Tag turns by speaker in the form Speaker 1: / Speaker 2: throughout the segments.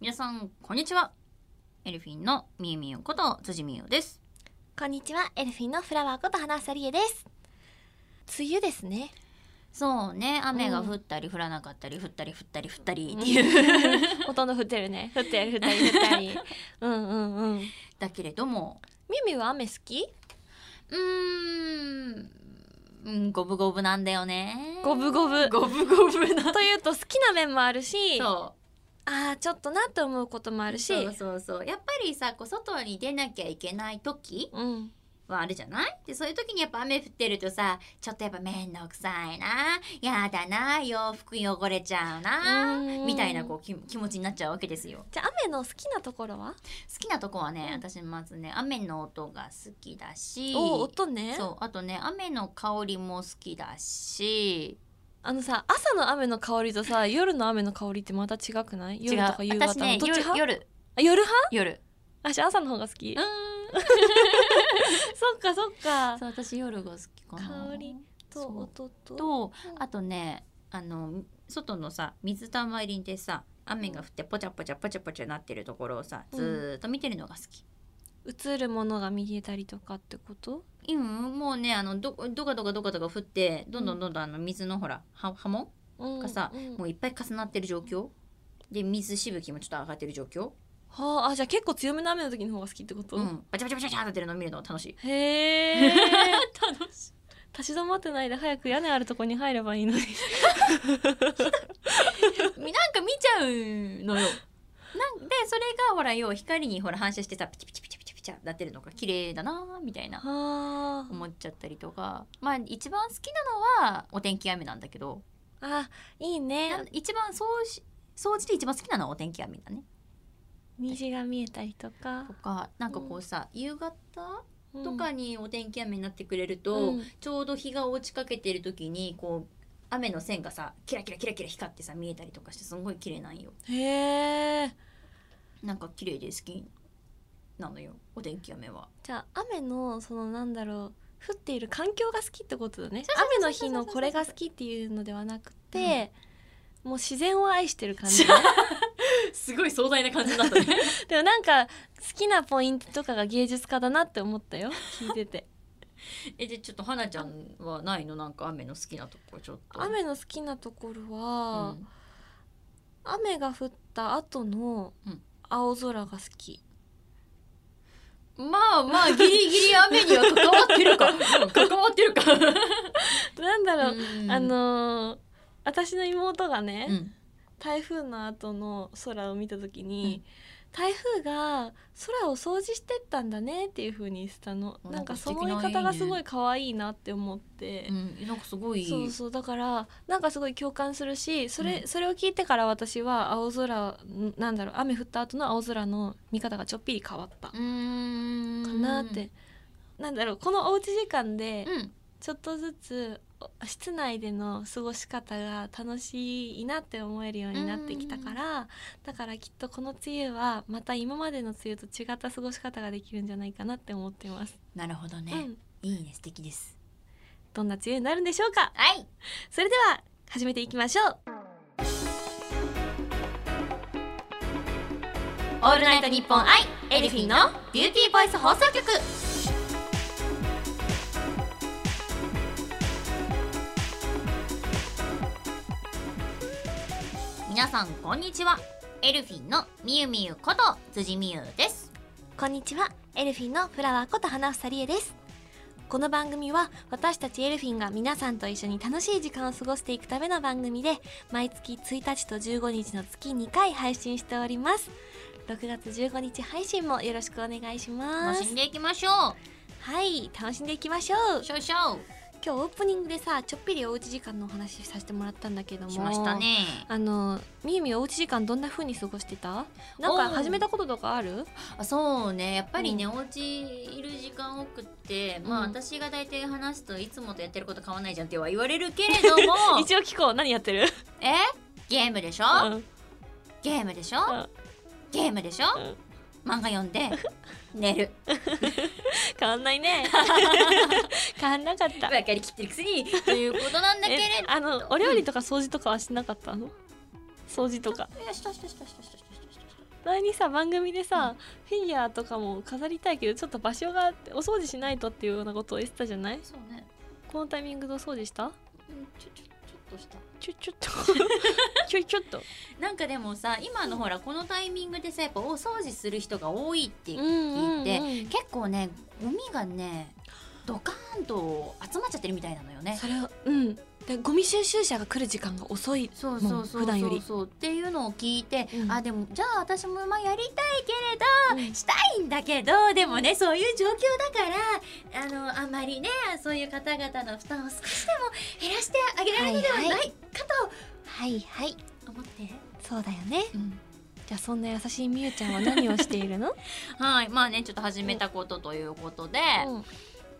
Speaker 1: 皆さんこんにちはエルフィンのみゆみゆこと辻みゆです
Speaker 2: こんにちは、エルフィンのフラワーこと花さりえです。梅雨で すね。
Speaker 1: そうね雨が降ったり降らなかったり降ったり降ったり降ったりっていう、
Speaker 2: ほとんど降ってるね。降ってる、降ったり、降ったり。 うんうんうん。ミ
Speaker 1: だけれども
Speaker 2: ミは雨好き？
Speaker 1: うーんうん五分五分なんだよね
Speaker 2: 五分五分。
Speaker 1: 五分五分な
Speaker 2: というと好きな面もあるし、あ
Speaker 1: そ
Speaker 2: あーちょっとなって思うこともあ
Speaker 1: う
Speaker 2: るし、
Speaker 1: そうそうそうやっぱりさこう外に出なきゃいけない時
Speaker 2: うん。
Speaker 1: はあるじゃないでそういう時にやっぱ雨降ってるとさちょっとやっぱ面倒くさいなやだな洋服汚れちゃうな
Speaker 2: うん
Speaker 1: みたいなこうき気持ちになっちゃうわけですよ
Speaker 2: じゃあ雨の好きなところは？
Speaker 1: 好きなとこはね、
Speaker 2: うん
Speaker 1: 私まずね雨の音が好きだし
Speaker 2: お音ね。
Speaker 1: そうあとね雨の香りも好きだし
Speaker 2: あのさ、朝の雨の香りとさ、夜の雨の香りってまた違くない？夜とか夕方
Speaker 1: 私ね
Speaker 2: のどっ
Speaker 1: 夜
Speaker 2: ち派？
Speaker 1: 夜
Speaker 2: あ夜派？
Speaker 1: 夜
Speaker 2: 私朝の方が好き。 そっかそっか。
Speaker 1: そう私夜が好きかな
Speaker 2: 香りと
Speaker 1: そう
Speaker 2: 音と。
Speaker 1: と
Speaker 2: うん
Speaker 1: あとねあの外のさ水たまりでさ雨が降ってポチャポチャポチャポチャなってるところをさ
Speaker 2: うん
Speaker 1: ずーっと見てるのが好き。
Speaker 2: 映るものが見えたりとかってこと
Speaker 1: うん、もうねあのどどかどかどかどか降ってどんどんどんどんあの水のほらは波紋がさ、
Speaker 2: うん
Speaker 1: もういっぱい重なってる状況で水しぶきもちょっと上がってる状況、
Speaker 2: はああじゃあ結構強めの雨の時の方が好きってこと、
Speaker 1: うん、バチャバチャバチャバチャってなってるのを見るのが楽しい。
Speaker 2: へえ 楽しい立ち止まってないで早く屋根あるとこに入ればいいのに
Speaker 1: みなんか見ちゃうのよ。なんでそれがほら要は光にほら反射してさピチピチピチピチピチャなってるのが綺麗だなみたいな
Speaker 2: は
Speaker 1: 思っちゃったりとかまあ一番好きなのはお天気雨なんだけど
Speaker 2: ああいいね
Speaker 1: なん一番掃除掃除で一番好きなのはお天気雨だね。
Speaker 2: 虹が見えたりとか
Speaker 1: とかなんかこうさ、夕方とか
Speaker 2: に
Speaker 1: にお天気雨になってくれると、
Speaker 2: うん
Speaker 1: ちょうど日が落ちかけてる時にこう雨の線がさキラキラキラキラ光ってさ見えたりとかしてすんごい綺麗なんよ
Speaker 2: へえ
Speaker 1: なんか綺麗で好きなのよお天気雨は
Speaker 2: じゃあ雨のそのなんだろう降っている環境が好きってことだね
Speaker 1: そうそうそうそう
Speaker 2: 雨の日のこれが好きっていうのではなくて、もう自然を愛してる感じだね
Speaker 1: すごい壮大な感じだったね
Speaker 2: でもなんか好きなポイントとかが芸術家だなって思 ったよ聞いてて
Speaker 1: えじゃあちょっと花ちゃんはないのなんか雨の好きなとこちょっと
Speaker 2: 雨の好きなところは、
Speaker 1: うん
Speaker 2: 雨が降った後の
Speaker 1: うん
Speaker 2: 青空が好き、
Speaker 1: まあまあギリギリ雨には関わってるか、うん 関わってるか、
Speaker 2: なんだろう、あ
Speaker 1: あ、
Speaker 2: のー私の妹がね、
Speaker 1: うん、
Speaker 2: 台風の後の空を見た時に、台風が空を掃除してったんだねっていう風に言ってたの
Speaker 1: あ
Speaker 2: なんか
Speaker 1: 素
Speaker 2: そ
Speaker 1: 敵
Speaker 2: の
Speaker 1: な
Speaker 2: 言い方が
Speaker 1: いいね
Speaker 2: すごい可愛いなって思って、
Speaker 1: うん、なんかすごい
Speaker 2: そうそうだからなんかすごい共感するしそれ,、
Speaker 1: うん
Speaker 2: それを聞いてから私は青空んなんだろう雨降った後の青空の見方がちょっぴり変わったか
Speaker 1: うーん
Speaker 2: なって、なんだろうこのおうち時間で
Speaker 1: うん
Speaker 2: ちょっとずつお室内での過ごし方が楽しいなって思えるようになってきたから、だからきっとこの梅雨はまた今までの梅雨と違った過ごし方ができるんじゃないかなって思ってます。
Speaker 1: なるほどね、
Speaker 2: うん、
Speaker 1: いいね素敵です
Speaker 2: どんな梅雨になるんでしょうか
Speaker 1: はい
Speaker 2: それでは始めていきましょう
Speaker 1: オールナイトニッポンアイエルフィンのビューティーボイス放送局皆さんこんにちはエルフィンのみゆみゆこと辻みゆです
Speaker 2: こんにちはエルフィンのフラワーこと花房理恵ですこの番組は私たちエルフィンが皆さんと一緒に楽しい時間を過ごしていくための番組で毎月1日と15日の月2回配信しております6月15日配信もよろしくお願いしま
Speaker 1: 楽
Speaker 2: す
Speaker 1: しんでいきましょ
Speaker 2: はい楽しんでいきましょう
Speaker 1: う少々
Speaker 2: 今日オープニングでさちょっぴりおうち時間のお話しさせてもらったんだけども
Speaker 1: しましたね
Speaker 2: あのみゆみゆおうち時間どんな風に過ごしてたなんか
Speaker 1: おー
Speaker 2: 始めたこととかある
Speaker 1: あそうねやっぱりね、お家いる時間多くってまあ、
Speaker 2: うん
Speaker 1: 私が大体話すといつもとやってること変わんないじゃんっては言われるけれども
Speaker 2: 一応聞こう何やってる、
Speaker 1: えゲームでしょ、
Speaker 2: うん
Speaker 1: ゲームでしょ、
Speaker 2: うん
Speaker 1: ゲームでしょ、漫画読ん で寝る
Speaker 2: 変わんない ね変わんなかった
Speaker 1: 分かりきってるくせにということなんだけれ
Speaker 2: えあのお料理とか掃除とかはしなかったの掃除とか
Speaker 1: どいやしたしたしたしたしたしたしたした
Speaker 2: 前にさ番組でさ、フィギュアとかも飾りたいけどちょっと場所があってお掃除しないとっていうようなことを言ってたじゃない
Speaker 1: そうね
Speaker 2: このタイミングでお掃除した
Speaker 1: うんちょちょちょっとした
Speaker 2: ちょちょっと ちょいちょっと
Speaker 1: なんかでもさ今のほらこのタイミングでさやっぱお掃除する人が多いって聞いて、
Speaker 2: うんうんうん
Speaker 1: 結構ねゴミがねドカーンと集まっちゃってるみたいなのよね。
Speaker 2: それはうんでゴミ収集車が来る時間が遅い
Speaker 1: そうそうそう
Speaker 2: もう普段よ
Speaker 1: そう
Speaker 2: り
Speaker 1: そうっていうのを聞いて、
Speaker 2: うん
Speaker 1: あでもじゃあ私もまあやりたいけれど
Speaker 2: うん
Speaker 1: したいんだけどでもねそういう状況だからあのあまりねそういう方々の負担を少しでも減らしてあげられるのではない
Speaker 2: はいは
Speaker 1: か
Speaker 2: はいはい
Speaker 1: と思って、
Speaker 2: そうだよねじゃあそんな優しいみゆちゃんは何をしてい るの、
Speaker 1: はいまあねちょっと始めたことということで、
Speaker 2: うん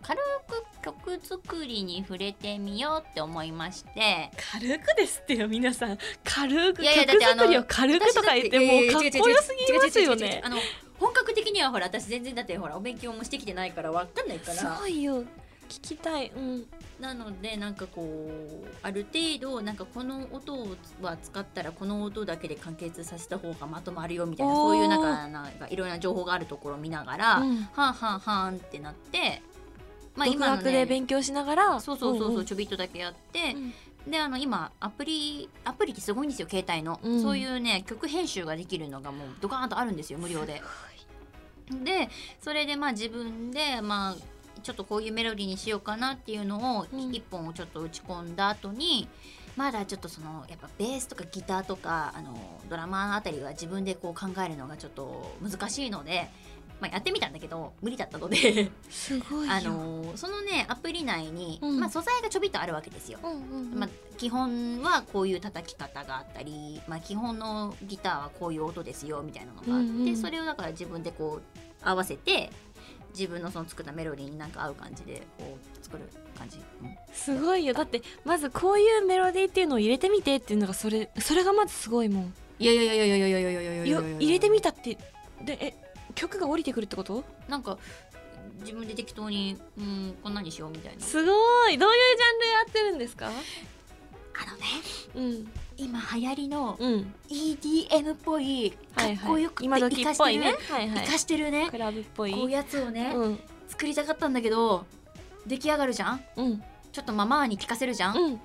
Speaker 1: 軽く曲作りに触れてみようって思いまして
Speaker 2: 軽くですってよ皆さん軽く
Speaker 1: いやいやだっ
Speaker 2: 曲
Speaker 1: てあの
Speaker 2: 作りを軽くとか言ってもうかっこよすぎますよ
Speaker 1: 違う違う違う違う違う違う違う違う違
Speaker 2: ね
Speaker 1: うあの本格的にはほら私全然だってほらお勉強もしてきてないからわかんないから
Speaker 2: すごいよ聞きたいうん
Speaker 1: なのでなんかこうある程度なんかこの音は使ったらこの音だけで完結させた方がまとまるよみたいな
Speaker 2: おー
Speaker 1: そういうなんかなんかいろいろな情報があるところを見ながら、
Speaker 2: うん
Speaker 1: はんはんはんってなってまあ
Speaker 2: 独
Speaker 1: 今の
Speaker 2: 学で
Speaker 1: ね
Speaker 2: 勉強しながら
Speaker 1: そうそうそうそうんちょびっとだけやって、
Speaker 2: うん
Speaker 1: であの今アプリアプリってすごいんですよ携帯の、
Speaker 2: うん
Speaker 1: そういうね曲編集ができるのがもうドカーンとあるんですよ無料で。でそれでまあ自分でまあちょっとこういうメロディーにしようかなっていうのを
Speaker 2: うん
Speaker 1: 一本をちょっと打ち込んだ後に、まだちょっとそのやっぱベースとかギターとかあのドラマーあたりは自分でこう考えるのがちょっと難しいので、まあ、やってみたんだけど無理だったの で
Speaker 2: すごいよ
Speaker 1: あのそのねアプリ内に、
Speaker 2: うん
Speaker 1: まあ、素材がちょびっとあるわけですよ。
Speaker 2: うんうんうん
Speaker 1: まあ、基本はこういう叩き方があったり、まあ、基本のギターはこういう音ですよみたいなのがあって、
Speaker 2: うんうん
Speaker 1: それをだから自分でこう合わせて自分のその作ったメロディーになんか合う感じでこう作る感じ、うん
Speaker 2: すごいよだってまずこういうメロディーっていうのを入れてみてっていうのがそれそれがまずすごいもん
Speaker 1: いやいやいやいやいやいやいやいやいやいや
Speaker 2: よ
Speaker 1: いや
Speaker 2: 入れてみたってでえ曲が降りてくるってこと
Speaker 1: なんか自分で適当にうんこんなにしようみたいな
Speaker 2: すごいどういうジャンルやってるんですか
Speaker 1: あのね
Speaker 2: うん
Speaker 1: 今流行りの
Speaker 2: うん
Speaker 1: EDM っぽいかっこよくて
Speaker 2: 今
Speaker 1: 活
Speaker 2: 時っ
Speaker 1: かし
Speaker 2: ぽ
Speaker 1: て
Speaker 2: い
Speaker 1: る、
Speaker 2: ねはいは
Speaker 1: 活
Speaker 2: い
Speaker 1: かしてるね
Speaker 2: クラブっぽい
Speaker 1: こういうやつをね、
Speaker 2: うん
Speaker 1: 作りたかったんだけど出来上がるじゃん
Speaker 2: うん
Speaker 1: ちょっとママに聞かせるじゃん、
Speaker 2: う
Speaker 1: な
Speaker 2: ん
Speaker 1: んで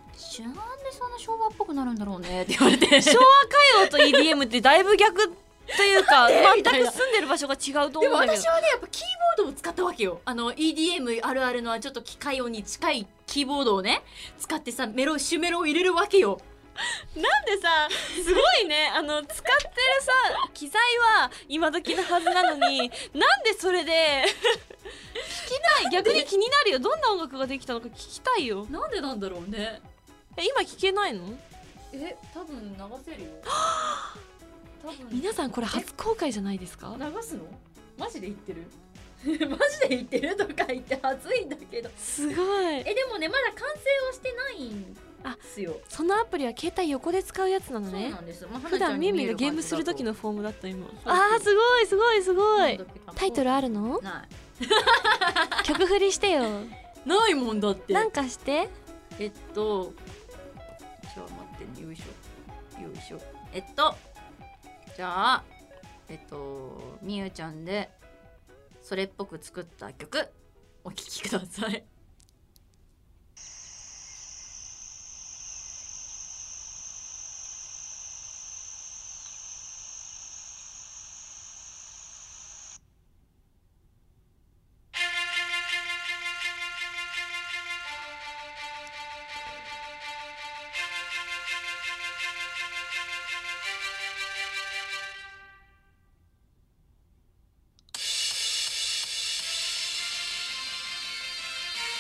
Speaker 1: そんな昭和っぽくなるんだろうねって言われ て
Speaker 2: 昭和歌謡と EDM ってだいぶ逆というか 全
Speaker 1: みたいな
Speaker 2: く住んでる場所が違うと
Speaker 1: で
Speaker 2: 思
Speaker 1: も
Speaker 2: うんだけ
Speaker 1: 私
Speaker 2: ど
Speaker 1: はねやっぱキーボードを使ったわけよあの EDM あるあるのはちょっと機械音に近いキーボードをね使ってさメロシュメロを入れるわけよ
Speaker 2: なんでさすごいねあの使ってるさ機材は今時のはずなのになんでそれで聞きない逆に気になるよどんな音楽ができたのか聞きたいよ
Speaker 1: なんでなんだろうね
Speaker 2: え今聞けないの
Speaker 1: え多分流せ るよ多分
Speaker 2: 皆さんこれ初公開じゃないですか
Speaker 1: 流すのマジで言ってる マジで言ってるとか言って恥ずいんだけど
Speaker 2: すごい
Speaker 1: えでもねまだ完成はしてないんですよ
Speaker 2: そのアプリは携帯横で使うやつなの
Speaker 1: そう
Speaker 2: ね
Speaker 1: なんです、まあ、
Speaker 2: 普段ミミがゲームする時のフォームだった今あー
Speaker 1: そう
Speaker 2: すごいすごいすごいタイト
Speaker 1: ル
Speaker 2: ルある の
Speaker 1: な
Speaker 2: 曲振りしてよ
Speaker 1: いないもんだって
Speaker 2: なんかして
Speaker 1: えっとちょっと待ってねよいしょよいしょえっとじゃあえっとみゆちゃんでそれっぽく作った曲お聴きください
Speaker 3: 「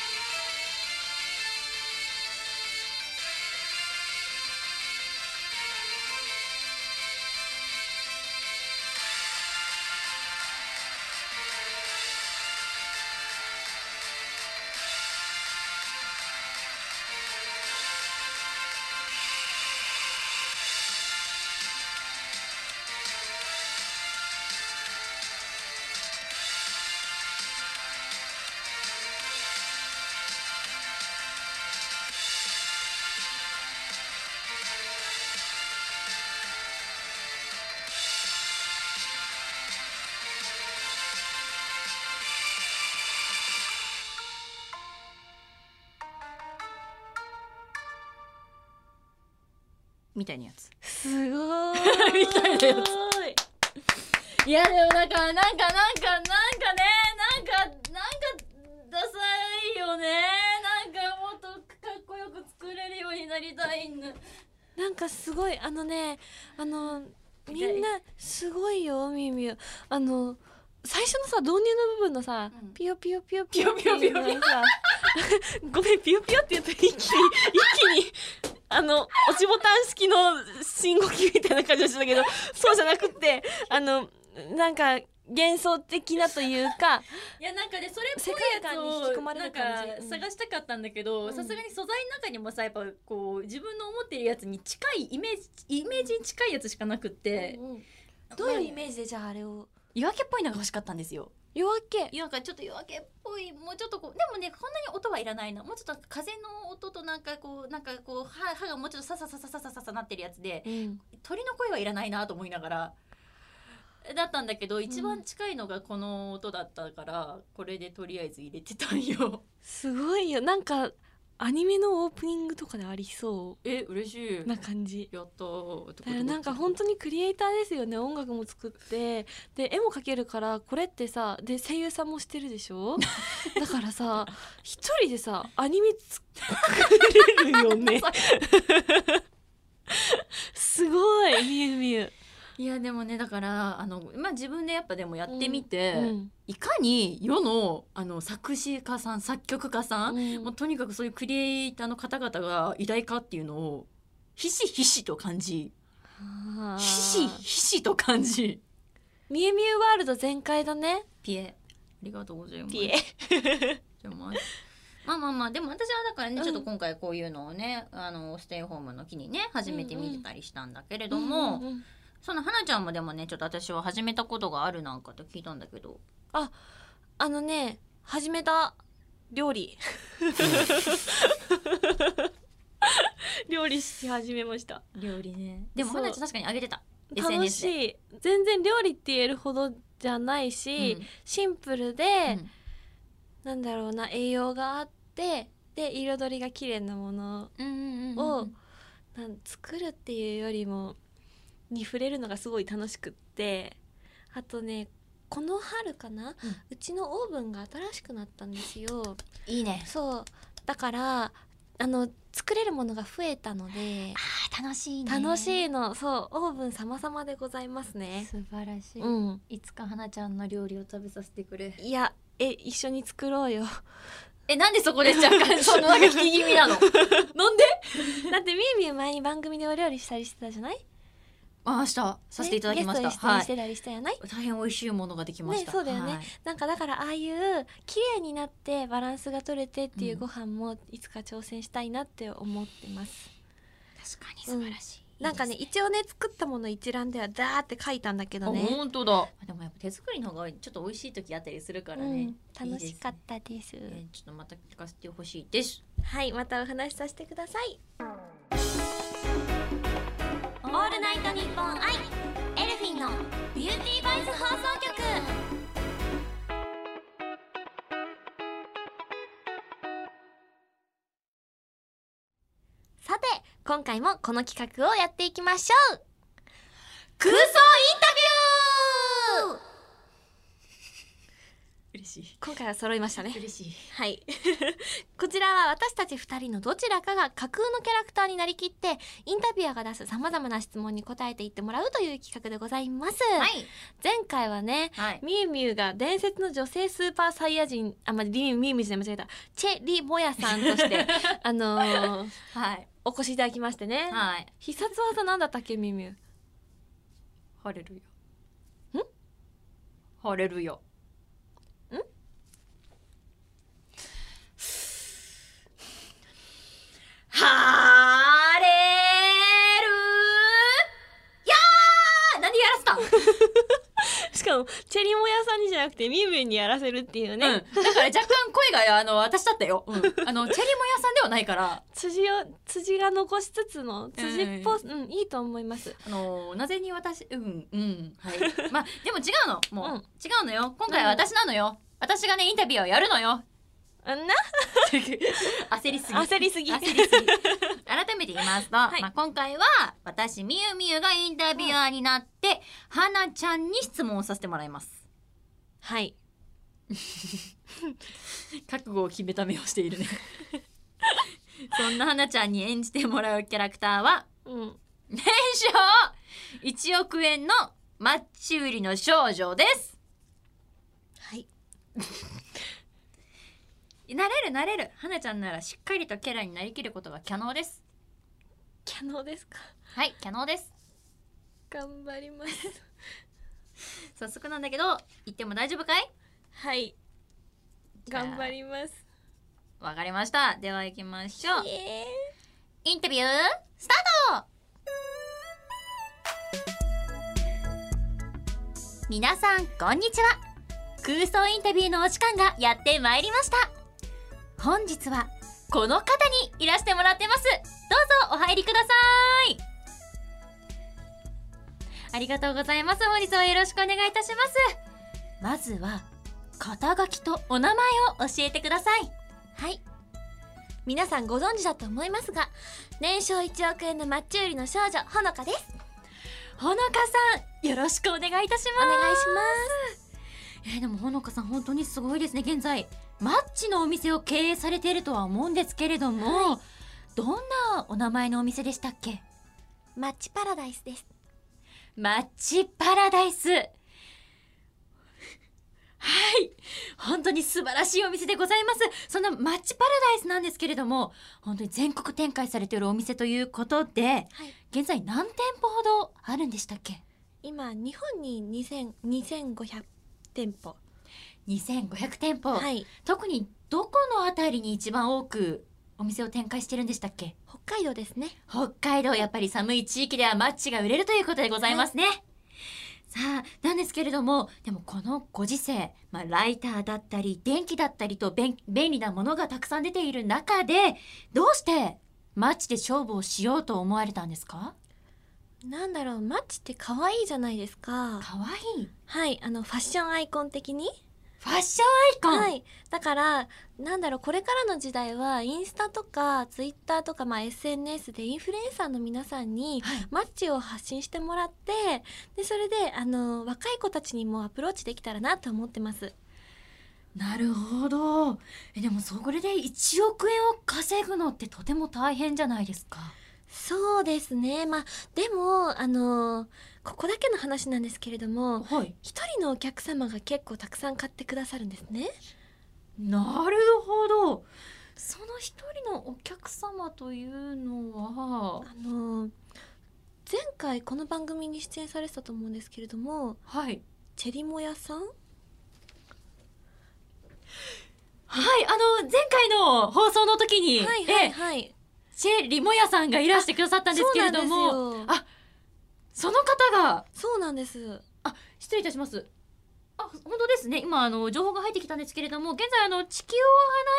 Speaker 1: みたいなやつ
Speaker 2: すごーい
Speaker 1: みたいなやいやでもなんかなんかなんかなんかねなんかなんかダサいよねなんかもっとかっこよく作れるようになりたいんだ
Speaker 2: なんかすごいあのねあのみんなすごいよみみあの最初のさ導入の部分のさ、
Speaker 1: うん
Speaker 2: ピヨピヨピヨピヨ
Speaker 1: ピヨピヨピヨピヨ
Speaker 2: っていうのがさ ごめんピヨピヨって言うと一気に一気にあの落ちボタン式の信号機みたいな感じがしたけどそうじゃなくってあのなんか幻想的なというか
Speaker 1: いやなんかねそれっ
Speaker 2: 世
Speaker 1: ぽ
Speaker 2: 界
Speaker 1: い
Speaker 2: 観に
Speaker 1: や
Speaker 2: 引き
Speaker 1: つ
Speaker 2: 込
Speaker 1: を
Speaker 2: ま
Speaker 1: な
Speaker 2: れる
Speaker 1: んか
Speaker 2: 感じうん
Speaker 1: 探したかったんだけど
Speaker 2: うん
Speaker 1: さすがに素材の中にもさやっぱこう自分の思ってるやつに近いイメージイメージに近いやつしかなくって
Speaker 2: どういうイメージでじゃああれを
Speaker 1: 夜明けっぽいのが欲しかったんですよ
Speaker 2: 夜明け
Speaker 1: なんかちょっと夜明けっぽいもうちょっとこうでもねこんなに音はいらないのもうちょっと風の音となんかこうなんかこう歯歯がもうちょっとササササササササなってるやつで
Speaker 2: うん
Speaker 1: 鳥の声はいらないなと思いなが らだったんだけど一番近いのがこの音だったから、これでとりあえず入れてたんよ
Speaker 2: すごいよなんかアニメのオープニングとかでありそ
Speaker 1: え嬉しいう
Speaker 2: な感じ
Speaker 1: やったー
Speaker 2: だからなんか本当にクリエイターですよね音楽も作ってで絵も描けるからこれってさで声優さんもしてるでし ょだからさ一人でさアニメ作れるよね すごいみゆみゆ、
Speaker 1: いやでもねだからあの、まあ、自分でやっぱでもやってみ
Speaker 2: う
Speaker 1: て、
Speaker 2: ん
Speaker 1: いかに世のあの作詞家さん作曲家さん、
Speaker 2: うん
Speaker 1: もうとにかくそういうクリエイターの方々が偉大かっていうのをひしひしと感じ
Speaker 2: あー
Speaker 1: ひしひしと感じ
Speaker 2: みゆみゆワールド全開だね
Speaker 1: ピエありがとうございます
Speaker 2: ピエ
Speaker 1: じゃあまあまあまあまあでも私はだからね、
Speaker 2: うん
Speaker 1: ちょっと今回こういうのをねあのステイホームの機にね始めてみてたりしたんだけれども、
Speaker 2: うんうんうん
Speaker 1: その花ちゃんもでもねちょっと私は始めたことがあるなんかと聞いたんだけど
Speaker 2: あのね始めた料理料理し始めました
Speaker 1: 料理ねでも
Speaker 2: そう
Speaker 1: 花ちゃん確かにあげてた
Speaker 2: 楽
Speaker 1: SNS
Speaker 2: し
Speaker 1: で
Speaker 2: い全然料理って言えるほどじゃないし、
Speaker 1: うん
Speaker 2: シンプルで、
Speaker 1: うん
Speaker 2: なんだろうな栄養があってで彩りが綺麗なもの
Speaker 1: うんうんうんうん
Speaker 2: をなん作るっていうよりもに触れるのがすごい楽しくってあとねこの春かな、うちのオーブンが新しくなったんですよ。
Speaker 1: いいね
Speaker 2: そうだからあの作れるものが増えたので
Speaker 1: あー楽しいね
Speaker 2: 楽しいのそうオーブン様々でございますね
Speaker 1: 素晴らしい、
Speaker 2: うん
Speaker 1: いつか花ちゃんの料理を食べさせてくれ
Speaker 2: いやえ一緒に作ろう よ
Speaker 1: えなんでそこで若干 そのなんか聞き気味なの なんで
Speaker 2: だってみゆみゆ前に番組でお料理したりしてたじゃない
Speaker 1: あ明日させていただきまし
Speaker 2: ね
Speaker 1: た、
Speaker 2: ゲストに出演してたりしたやない、
Speaker 1: 大変美味しいものができました、
Speaker 2: ねそうだよね
Speaker 1: はい
Speaker 2: なんかだからああいう綺麗になってバランスが取れてっていうご飯もいつか挑戦したいなって思ってます、
Speaker 1: 確かに素晴らしい、
Speaker 2: なんか
Speaker 1: い
Speaker 2: ね
Speaker 1: いです
Speaker 2: 一応ね作ったもの一覧ではダーって書いたんだけど
Speaker 1: あ
Speaker 2: ね
Speaker 1: 本当だでもやっぱ手作りの方がちょっと美味しい時あったりするからね、
Speaker 2: うん、楽しかったです
Speaker 1: いいですねえちょっとまた聞かせてほしいです
Speaker 2: はいまたお話しさせてください
Speaker 1: オールナイトニッポンアイ
Speaker 2: エルフィンのビューティーバイス放送局さて今回もこの企画をやっていきましょう
Speaker 1: 空想イン
Speaker 2: タビュー
Speaker 1: 嬉しい
Speaker 2: 今回は揃いましたね
Speaker 1: 嬉しい
Speaker 2: はい こちらは私たち2人のどちらかが架空のキャラクターになりきってインタビュアーが出すさまざまな質問に答えていってもらうという企画でございます、
Speaker 1: はい
Speaker 2: 前回はね
Speaker 1: はい
Speaker 2: みゆみゆが伝説の女性スーパーサイヤ人あまりみゆみゆみゆじゃない間違えたチェ・リ・モヤさんとして あのー
Speaker 1: はい
Speaker 2: お越しいただきましてね、
Speaker 1: はい
Speaker 2: 必殺技なんだったっけみゆみゆ
Speaker 1: ハレルヤ。ん？ハレルヤ。ん？ハレルヤー。なんでやらせた？
Speaker 2: しかもチェ・リ・モヤさんにじゃなくてみゆみゆにやらせるっていうね、
Speaker 1: うん。だから若干声があの私だったよ。うん。あのチェリモヤさんではないから、
Speaker 2: 辻を辻が残しつつの辻っぽ、うんいいと思います
Speaker 1: あのなぜに私うんうん はい。まあでも違うのもう、
Speaker 2: うん
Speaker 1: 違うのよ。今回は私なのよ。私がねインタビューをやるのよ。
Speaker 2: あんな
Speaker 1: 焦りすぎ
Speaker 2: 焦りすぎ
Speaker 1: 焦りすぎ改めて言いますと、
Speaker 2: い
Speaker 1: まあ、今回は私みゆみゆがインタビュアーになって、はなちゃんに質問をさせてもらいます
Speaker 2: はい
Speaker 1: 覚悟を決めた目をしているね そんなはなちゃんに演じてもらうキャラクターは
Speaker 2: うん
Speaker 1: 年商1億円のマッチ売りの少女です
Speaker 2: はい
Speaker 1: なれるなれるはなちゃんならしっかりとキャラになりきることが可能です
Speaker 2: キャノですか
Speaker 1: はい可能です
Speaker 2: 頑張ります
Speaker 1: 早速なんだけど言っても大丈夫かい
Speaker 2: はい頑張ります
Speaker 1: わかりましたでは行きましょう
Speaker 2: イエ
Speaker 1: インタビュースタート皆さんこんにちは空想インタビューのお時間がやってまいりました本日はこの方にいらしてもらってますどうぞお入りくださいありがとうございます本日はよろしくお願いいたしますまずは肩書きとお名前を教えてください
Speaker 2: ーはい皆さんご存知だと思いますが年商1億円のマッチ売りの少女ほのかです
Speaker 1: ほのかさんよろしくお願いいたし
Speaker 2: お
Speaker 1: ます
Speaker 2: 願いし
Speaker 1: えーでもほのかさん本当にすごいですね現在マッチのお店を経営されているとは思うんですけれども、どんなお名前のお店でしたっけ
Speaker 2: ますマッチパラダイスです
Speaker 1: マッチパラダイスはい本当に素晴らしいお店でございますそのマッチパラダイスなんですけれども本当に全国展開されているお店ということで
Speaker 2: はい
Speaker 1: 現在何店舗ほどあるんでしたっけ
Speaker 2: 今日本に2000 2500店舗
Speaker 1: 2500店舗、
Speaker 2: はい
Speaker 1: 特にどこのあたりに一番多くお店を展開してるんでしたっけ
Speaker 2: 北海道ですね
Speaker 1: 北海道やっぱり寒い地域ではマッチが売れるということでございますね、さあなんですけれどもでもこのご時世、まあ、ライターだったり電気だったりと便便利なものがたくさん出ている中でどうしてマッチで勝負をしようと思われたんですか
Speaker 2: なんだろうマッチって可愛いじゃないですか
Speaker 1: かわいい
Speaker 2: はいあのファッションアイコン的に
Speaker 1: ファッションアイコン、
Speaker 2: はいだからなんだろうこれからの時代はインスタとかツイッターとか、まあ、SNS でインフルエンサーの皆さんに
Speaker 1: はい
Speaker 2: マッチを発信してもらってでそれであの若い子たちにもアプローチできたらなと思ってます
Speaker 1: なるほどえでもそこで1億円を稼ぐのってとても大変じゃないですか
Speaker 2: そうですねまあでもあのここだけの話なんですけれども
Speaker 1: はい
Speaker 2: 一人のお客様が結構たくさん買ってくださるんですね
Speaker 1: なるほどその一人のお客様というのは
Speaker 2: あの前回この番組に出演されてたと思うんですけれども
Speaker 1: はい
Speaker 2: チェリモヤさん
Speaker 1: はいあの前回の放送の時に、
Speaker 2: はいはい
Speaker 1: え
Speaker 2: はい。
Speaker 1: チェ・リモヤさんがいらしてくださったんですけれども
Speaker 2: そうなんですよ
Speaker 1: あその方が
Speaker 2: そうなんです。
Speaker 1: 失礼いたしますあ本当ですね今あの情報が入ってきたんですけれども現在あの地球を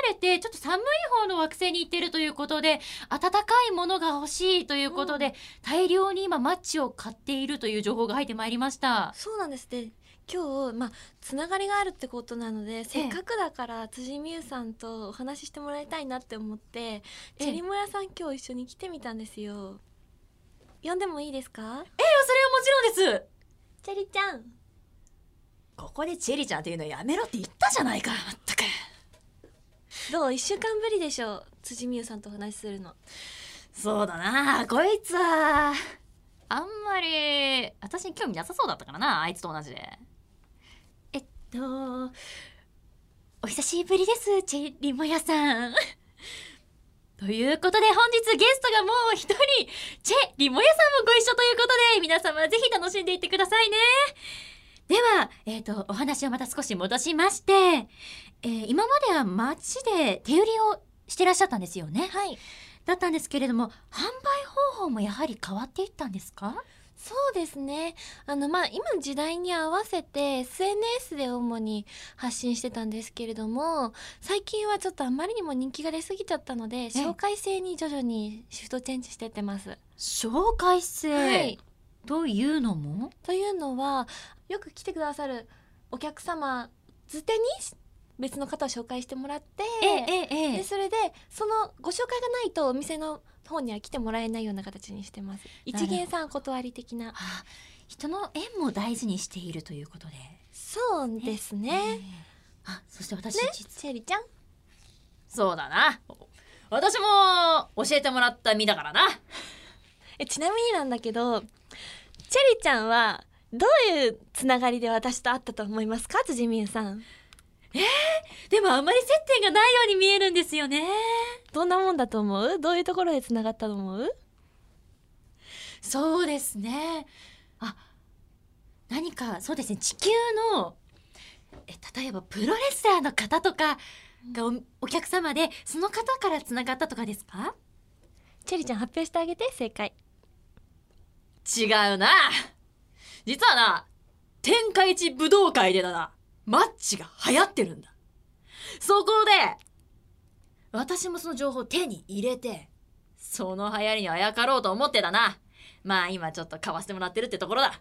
Speaker 1: 離れてちょっと寒い方の惑星に行っているということで暖かいものが欲しいということで、
Speaker 2: う
Speaker 1: 大量に今マッチを買っているという情報が入ってまいりました
Speaker 2: そうなんですで今日まあつながりがあるってことなのでせっかくだから辻美優さんとお話ししてもらいたいなって思って
Speaker 1: え
Speaker 2: チェリモヤさん今日一緒に来てみたんですよ。呼んでもいいですか？
Speaker 1: それはもちろんです
Speaker 2: チェリちゃん。
Speaker 1: ここでチェリちゃんっていうのやめろって言ったじゃないかまったく
Speaker 2: どう一週間ぶりでしょう辻美優さんとお話しするの。
Speaker 1: そうだなこいつはあんまり私に興味なさそうだったからなあいつと同じでえっとお久しぶりですチェリモヤさん ということで本日ゲストがもう一人チェリモヤさんもご一緒ということで皆様ぜひ楽しんでいってくださいねでは、えっとお話をまた少し戻しまして、えー今までは街で手売りをしてらっしゃったんですよね
Speaker 2: はい。
Speaker 1: だったんですけれども販売方法もやはり変わっていったんですか
Speaker 2: そうですね。あの、まあ、今の時代に合わせて SNS で主に発信してたんですけれども、最近はちょっとあまりにも人気が出すぎちゃったので、紹介制に徐々にシフトチェンジしてってます。
Speaker 1: 紹介制、
Speaker 2: はい。
Speaker 1: というのも
Speaker 2: というのは、よく来てくださるお客様づてに別の方を紹介してもらって
Speaker 1: えええ
Speaker 2: で
Speaker 1: え
Speaker 2: それでそのご紹介がないとお店の方には来てもらえないような形にしてます
Speaker 1: なる
Speaker 2: 一
Speaker 1: ほど
Speaker 2: 元さんお断り的な
Speaker 1: あ人の縁も大事にしているということで
Speaker 2: そうですね
Speaker 1: えあそして私、実
Speaker 2: チェリちゃん
Speaker 1: そうだな私も教えてもらった身だからな
Speaker 2: えちなみになんだけどチェリちゃんはどういうつながりで私と会ったと思いますか辻美優さん
Speaker 1: でもあんまり接点がないように見えるんですよね
Speaker 2: どんなもんだと思うどういうところでつながったと思う
Speaker 1: そうですねあ何かそうですね地球のえ例えばプロレスラーの方とかがおお客様でその方からつながったとかですか
Speaker 2: チェリちゃん発表してあげて正解
Speaker 1: 違うな実はな天下一武道会でだなマッチが流行ってるんだそこで私もその情報を手に入れてその流行りにあやかろうと思ってだなまあ今ちょっと買わせてもらってるってところだ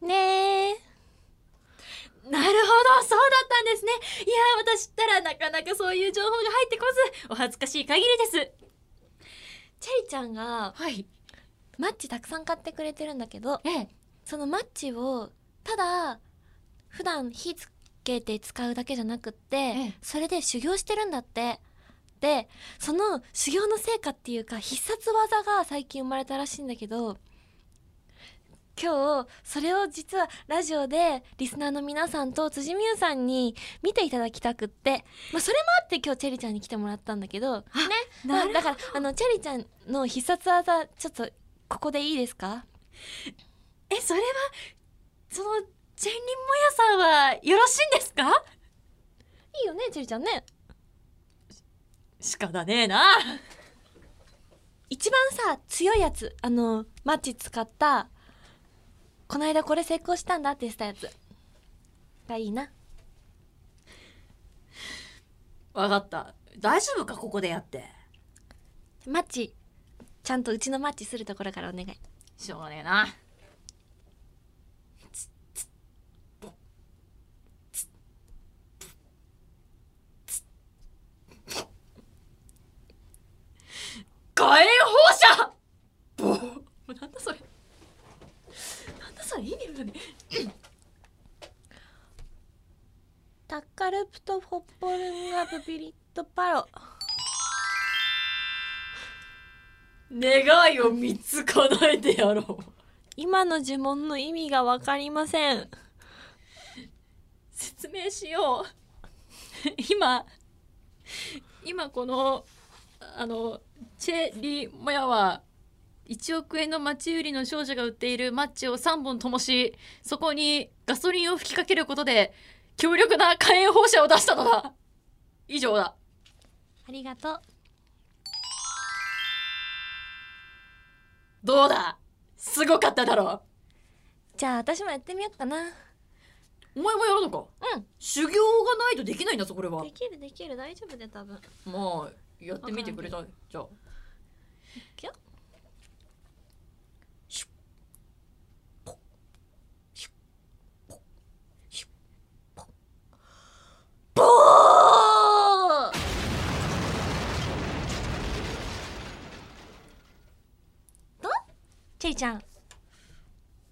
Speaker 2: ねえ
Speaker 1: なるほどそうだったんですねいやー私ったらなかなかそういう情報が入ってこずお恥ずかしい限りです
Speaker 2: チェリちゃんが
Speaker 1: はい
Speaker 2: マッチたくさん買ってくれてるんだけど
Speaker 1: ええ
Speaker 2: そのマッチをただ普段火つけて使うだけじゃなくって、
Speaker 1: え
Speaker 2: それで修行してるんだってでその修行の成果っていうか必殺技が最近生まれたらしいんだけど今日それを実はラジオでリスナーの皆さんと辻美優さんに見ていただきたくって、まあ、それもあって今日チェリちゃんに来てもらったんだけどねまあ、だからあのチェリちゃんの必殺技ちょっとここでいいですか
Speaker 1: えそれはそのチェンリンモヤさんはよろしいんですか
Speaker 2: いいよねチェリちゃんね
Speaker 1: しかだねえな
Speaker 2: 一番さ強いやつあのマッチ使ったこの間これ成功したんだってしたやつがいいな
Speaker 1: わかった大丈夫かここでやって
Speaker 2: マッチちゃんとうちのマッチするところからお願い
Speaker 1: しょうがねえな火炎放射ぼうなんだそれなんだそれ意味わね
Speaker 2: タッカルプトフォッポルンガブビリットパロ
Speaker 1: 願いを見つかないでやろう
Speaker 2: 今の呪文の意味がわかりません
Speaker 1: 説明しよう 今今このあのチェリモヤは1億円の町売りの少女が売っているマッチを3本灯しそこにガソリンを吹きかけることで強力な火炎放射を出したのだ以上だ
Speaker 2: ありがとう
Speaker 1: どうだすごかっただろ
Speaker 2: じゃあ私もやってみようかな
Speaker 1: お前もやるのか
Speaker 2: うん
Speaker 1: 修行がないとできないんだぞこれは
Speaker 2: できるできる大丈夫で多分い
Speaker 1: まあやってみてくれたじゃあ
Speaker 2: くよ
Speaker 1: ボー
Speaker 2: チェリちゃん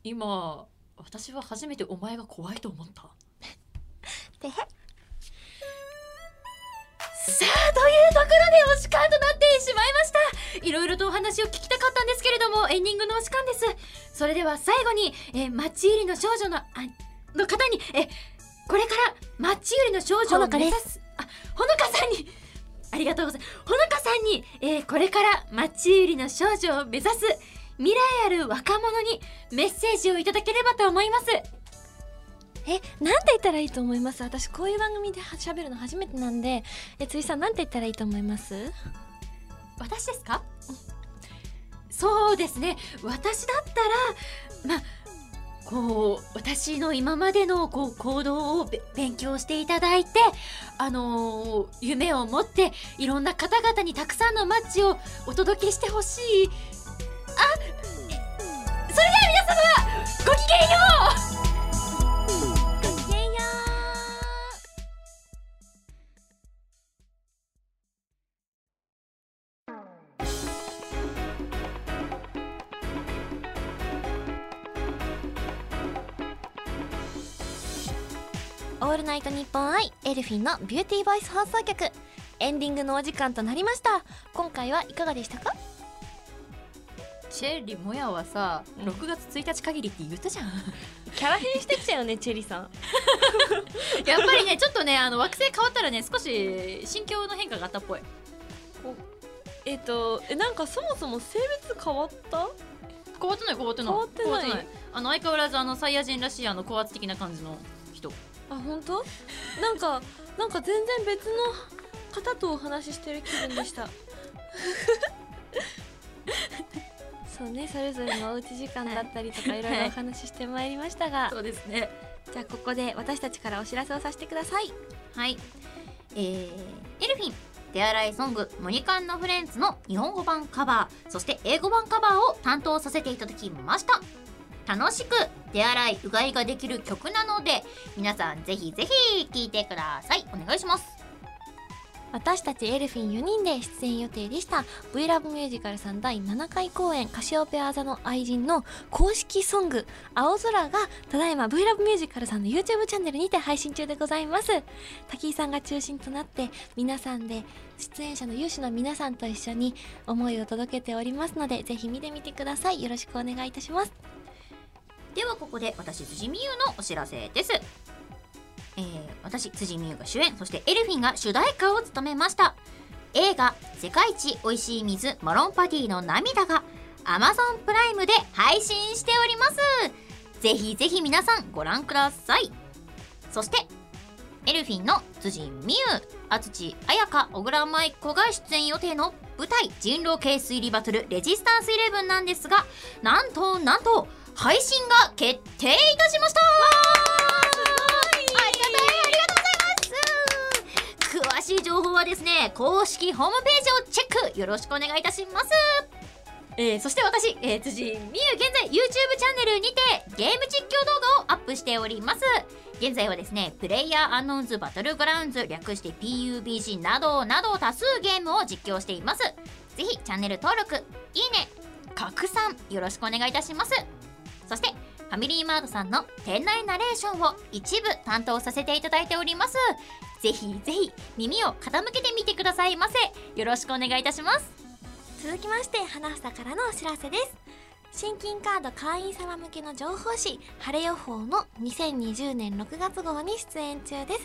Speaker 1: 今私は初めてお前が怖いと思 った
Speaker 2: てへ
Speaker 1: さあというところでお時間となってしまいましたいろいろとお話を聞きたかったんですけれどもエンディングのお時間ですそれでは最後に、えー、町入りの少女のあの方にえーこれから町入りの少女を目指すあほのかさんにありがとうございますほのかさんに、えーこれから町入りの少女を目指す未来ある若者にメッセージをいただければと思います
Speaker 2: え、なんて言ったらいいと思います私こういう番組では喋るの初めてなんでえ、辻さんなんて言ったらいいと思います
Speaker 1: 私ですかそうですね私だったらまあこう私の今までのこう行動をべ勉強していただいてあのー夢を持っていろんな方々にたくさんのマッチをお届けしてほしいあそれでは皆様ごきげんよう
Speaker 2: ごきげんようオールナイトニッポンアイエルフィンのビューティーボイス放送局エンディングのお時間となりました今回はいかがでしたか
Speaker 1: チェリモヤはさ
Speaker 2: うん
Speaker 1: 6月1日限りって言ったじゃん
Speaker 2: キャラ変してきたよねチェリさん
Speaker 1: やっぱりねちょっとねあの惑星変わったらね少し心境の変化があったっぽい
Speaker 2: えっ、とえなんかそもそも性別変わった
Speaker 1: 変わってない変わってない
Speaker 2: 変わってない
Speaker 1: あの相変わらずあのサイヤ人らしいあの高圧的な感じの人
Speaker 2: あ本当なんかなんか全然別の方とお話ししてる気分でした そうねそれぞれのおうち時間だったりとかいろいろお話ししてまいりましたが、
Speaker 1: うですね
Speaker 2: じゃあここで私たちからお知らせをさせてください
Speaker 1: はい、えー、エルフィン手洗いソング「モニカンのフレンズ」の日本語版カバーそして英語版カバーを担当させていただきました楽しく手洗いうがいができる曲なので皆さんぜひぜひ聴いてくださいお願いします
Speaker 2: 私たちエルフィン4人で出演予定でした V ラブミュージカルさん第7回公演カシオペア座の愛人の公式ソング青空がただいま V ラブミュージカルさんの YouTube チャンネルにて配信中でございます滝井さんが中心となって皆さんで出演者の有志の皆さんと一緒に思いを届けておりますのでぜひ見てみてくださいよろしくお願いいたします
Speaker 1: ではここで私辻美優のお知らせです、えー私辻美優が主演そしてエルフィンが主題歌を務めました映画「世界一おいしい水マロンパティの涙」が Amazon プライムで配信しておりますぜひぜひ皆さんご覧くださいそしてエルフィンの辻美優安土彩香小倉舞子が出演予定の舞台「人狼系推理バトルレジスタンスイレブン」なんですがなんとなんと配信が決定いたしましたありがとうありがとうございます詳しい情報はですね公式ホームページをチェックよろしくお願いいたしますえーそして私、えー辻美優現在 YouTube チャンネルにてゲーム実況動画をアップしております現在はですねプレイヤーアンノーンズバトルグラウンズ略して PUBG などなど多数ゲームを実況していますぜひチャンネル登録いいね拡散よろしくお願いいたしますそしてファミリーマートさんの店内ナレーションを一部担当させていただいておりますぜひぜひ耳を傾けてみてくださいませよろしくお願いいたします
Speaker 2: 続きまして花房からのお知らせです新金カード会員様向けの情報誌「晴れ予報」の2020年6月号に出演中です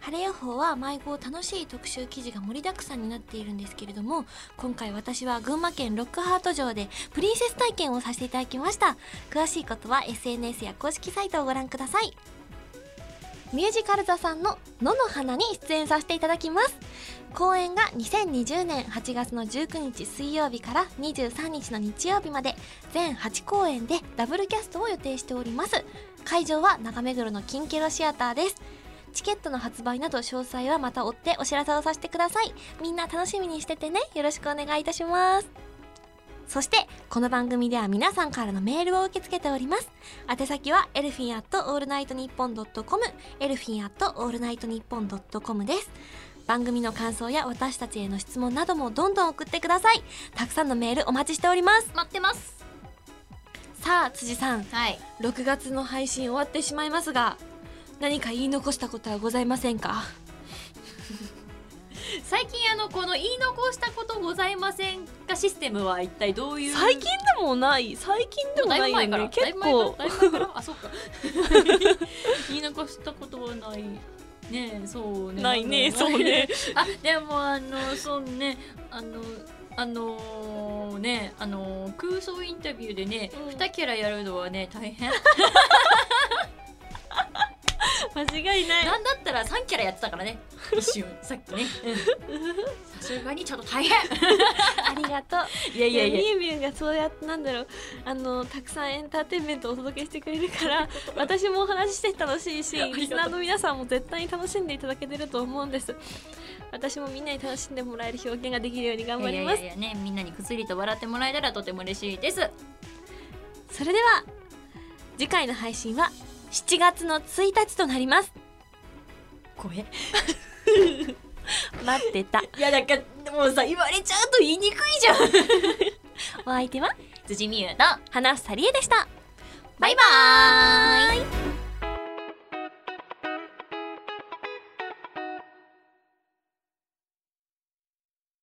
Speaker 2: 晴れ予報は毎号楽しい特集記事が盛りだくさんになっているんですけれども今回私は群馬県ロックハート城でプリンセス体験をさせていただきました詳しいことは SNS や公式サイトをご覧くださいミュージカル座さんの「野の花」に出演させていただきます公演が2020年8月の19日水曜日から23日の日曜日まで全8公演でダブルキャストを予定しております会場は中目黒のキンケロシアターですチケットの発売など詳細はまた追ってお知らせをさせてくださいみんな楽しみにしててねよろしくお願いいたしますそしてこの番組では皆さんからのメールを受け付けております宛先はエルフィンアットオールナイトニッポンドットコムエルフィンアットオールナイトニッポンドットコムです番組の感想や私たちへの質問などもどんどん送ってくださいたくさんのメールお待ちしております
Speaker 1: 待ってます
Speaker 2: さあ辻さん
Speaker 1: はい
Speaker 2: 6月の配信終わってしまいますが何か言い残したことはございませんか
Speaker 1: 最近あのこの言い残したことございませんかシステムは一体どういう
Speaker 3: 最近でもない最近でも
Speaker 1: だ
Speaker 3: ないい
Speaker 1: ぶ前
Speaker 3: よ
Speaker 1: から
Speaker 3: ね結構
Speaker 1: だいぶ前からだいぶ前からあそっ か言い残したことはないねえそうね
Speaker 3: ないね
Speaker 1: んだろ
Speaker 3: そうね
Speaker 1: あでもあのそうねあのあのーねあのー空想インタビューでね、
Speaker 3: うん
Speaker 1: 二キャラやるのはね大変
Speaker 3: 間違いない
Speaker 1: なんだったら三キャラやってたからね 一瞬さっきねうんさすがにちょっと大変
Speaker 2: ありがとう
Speaker 1: いやい
Speaker 3: いや
Speaker 1: やいや
Speaker 3: みゆみゆがそうやってなんだろうあのたくさんエンターテインメントをお届けしてくれる から私もお話しして楽しいし
Speaker 1: ありがとう
Speaker 3: リスナーの皆さんも絶対に楽しんでいただけてると思うんです私もみんなに楽しんでもらえる表現ができるように頑張ります
Speaker 1: いやいやいやねみんなにくすりと笑ってもらえたらとても嬉しいです
Speaker 2: それでは次回の配信は7月の1日となります
Speaker 1: 声
Speaker 2: 待ってた
Speaker 1: いやなんかもうさ言われちゃうと言いにくいじゃん
Speaker 2: お相手は
Speaker 1: 辻美優と
Speaker 2: 花房理恵でした
Speaker 1: バイバーイ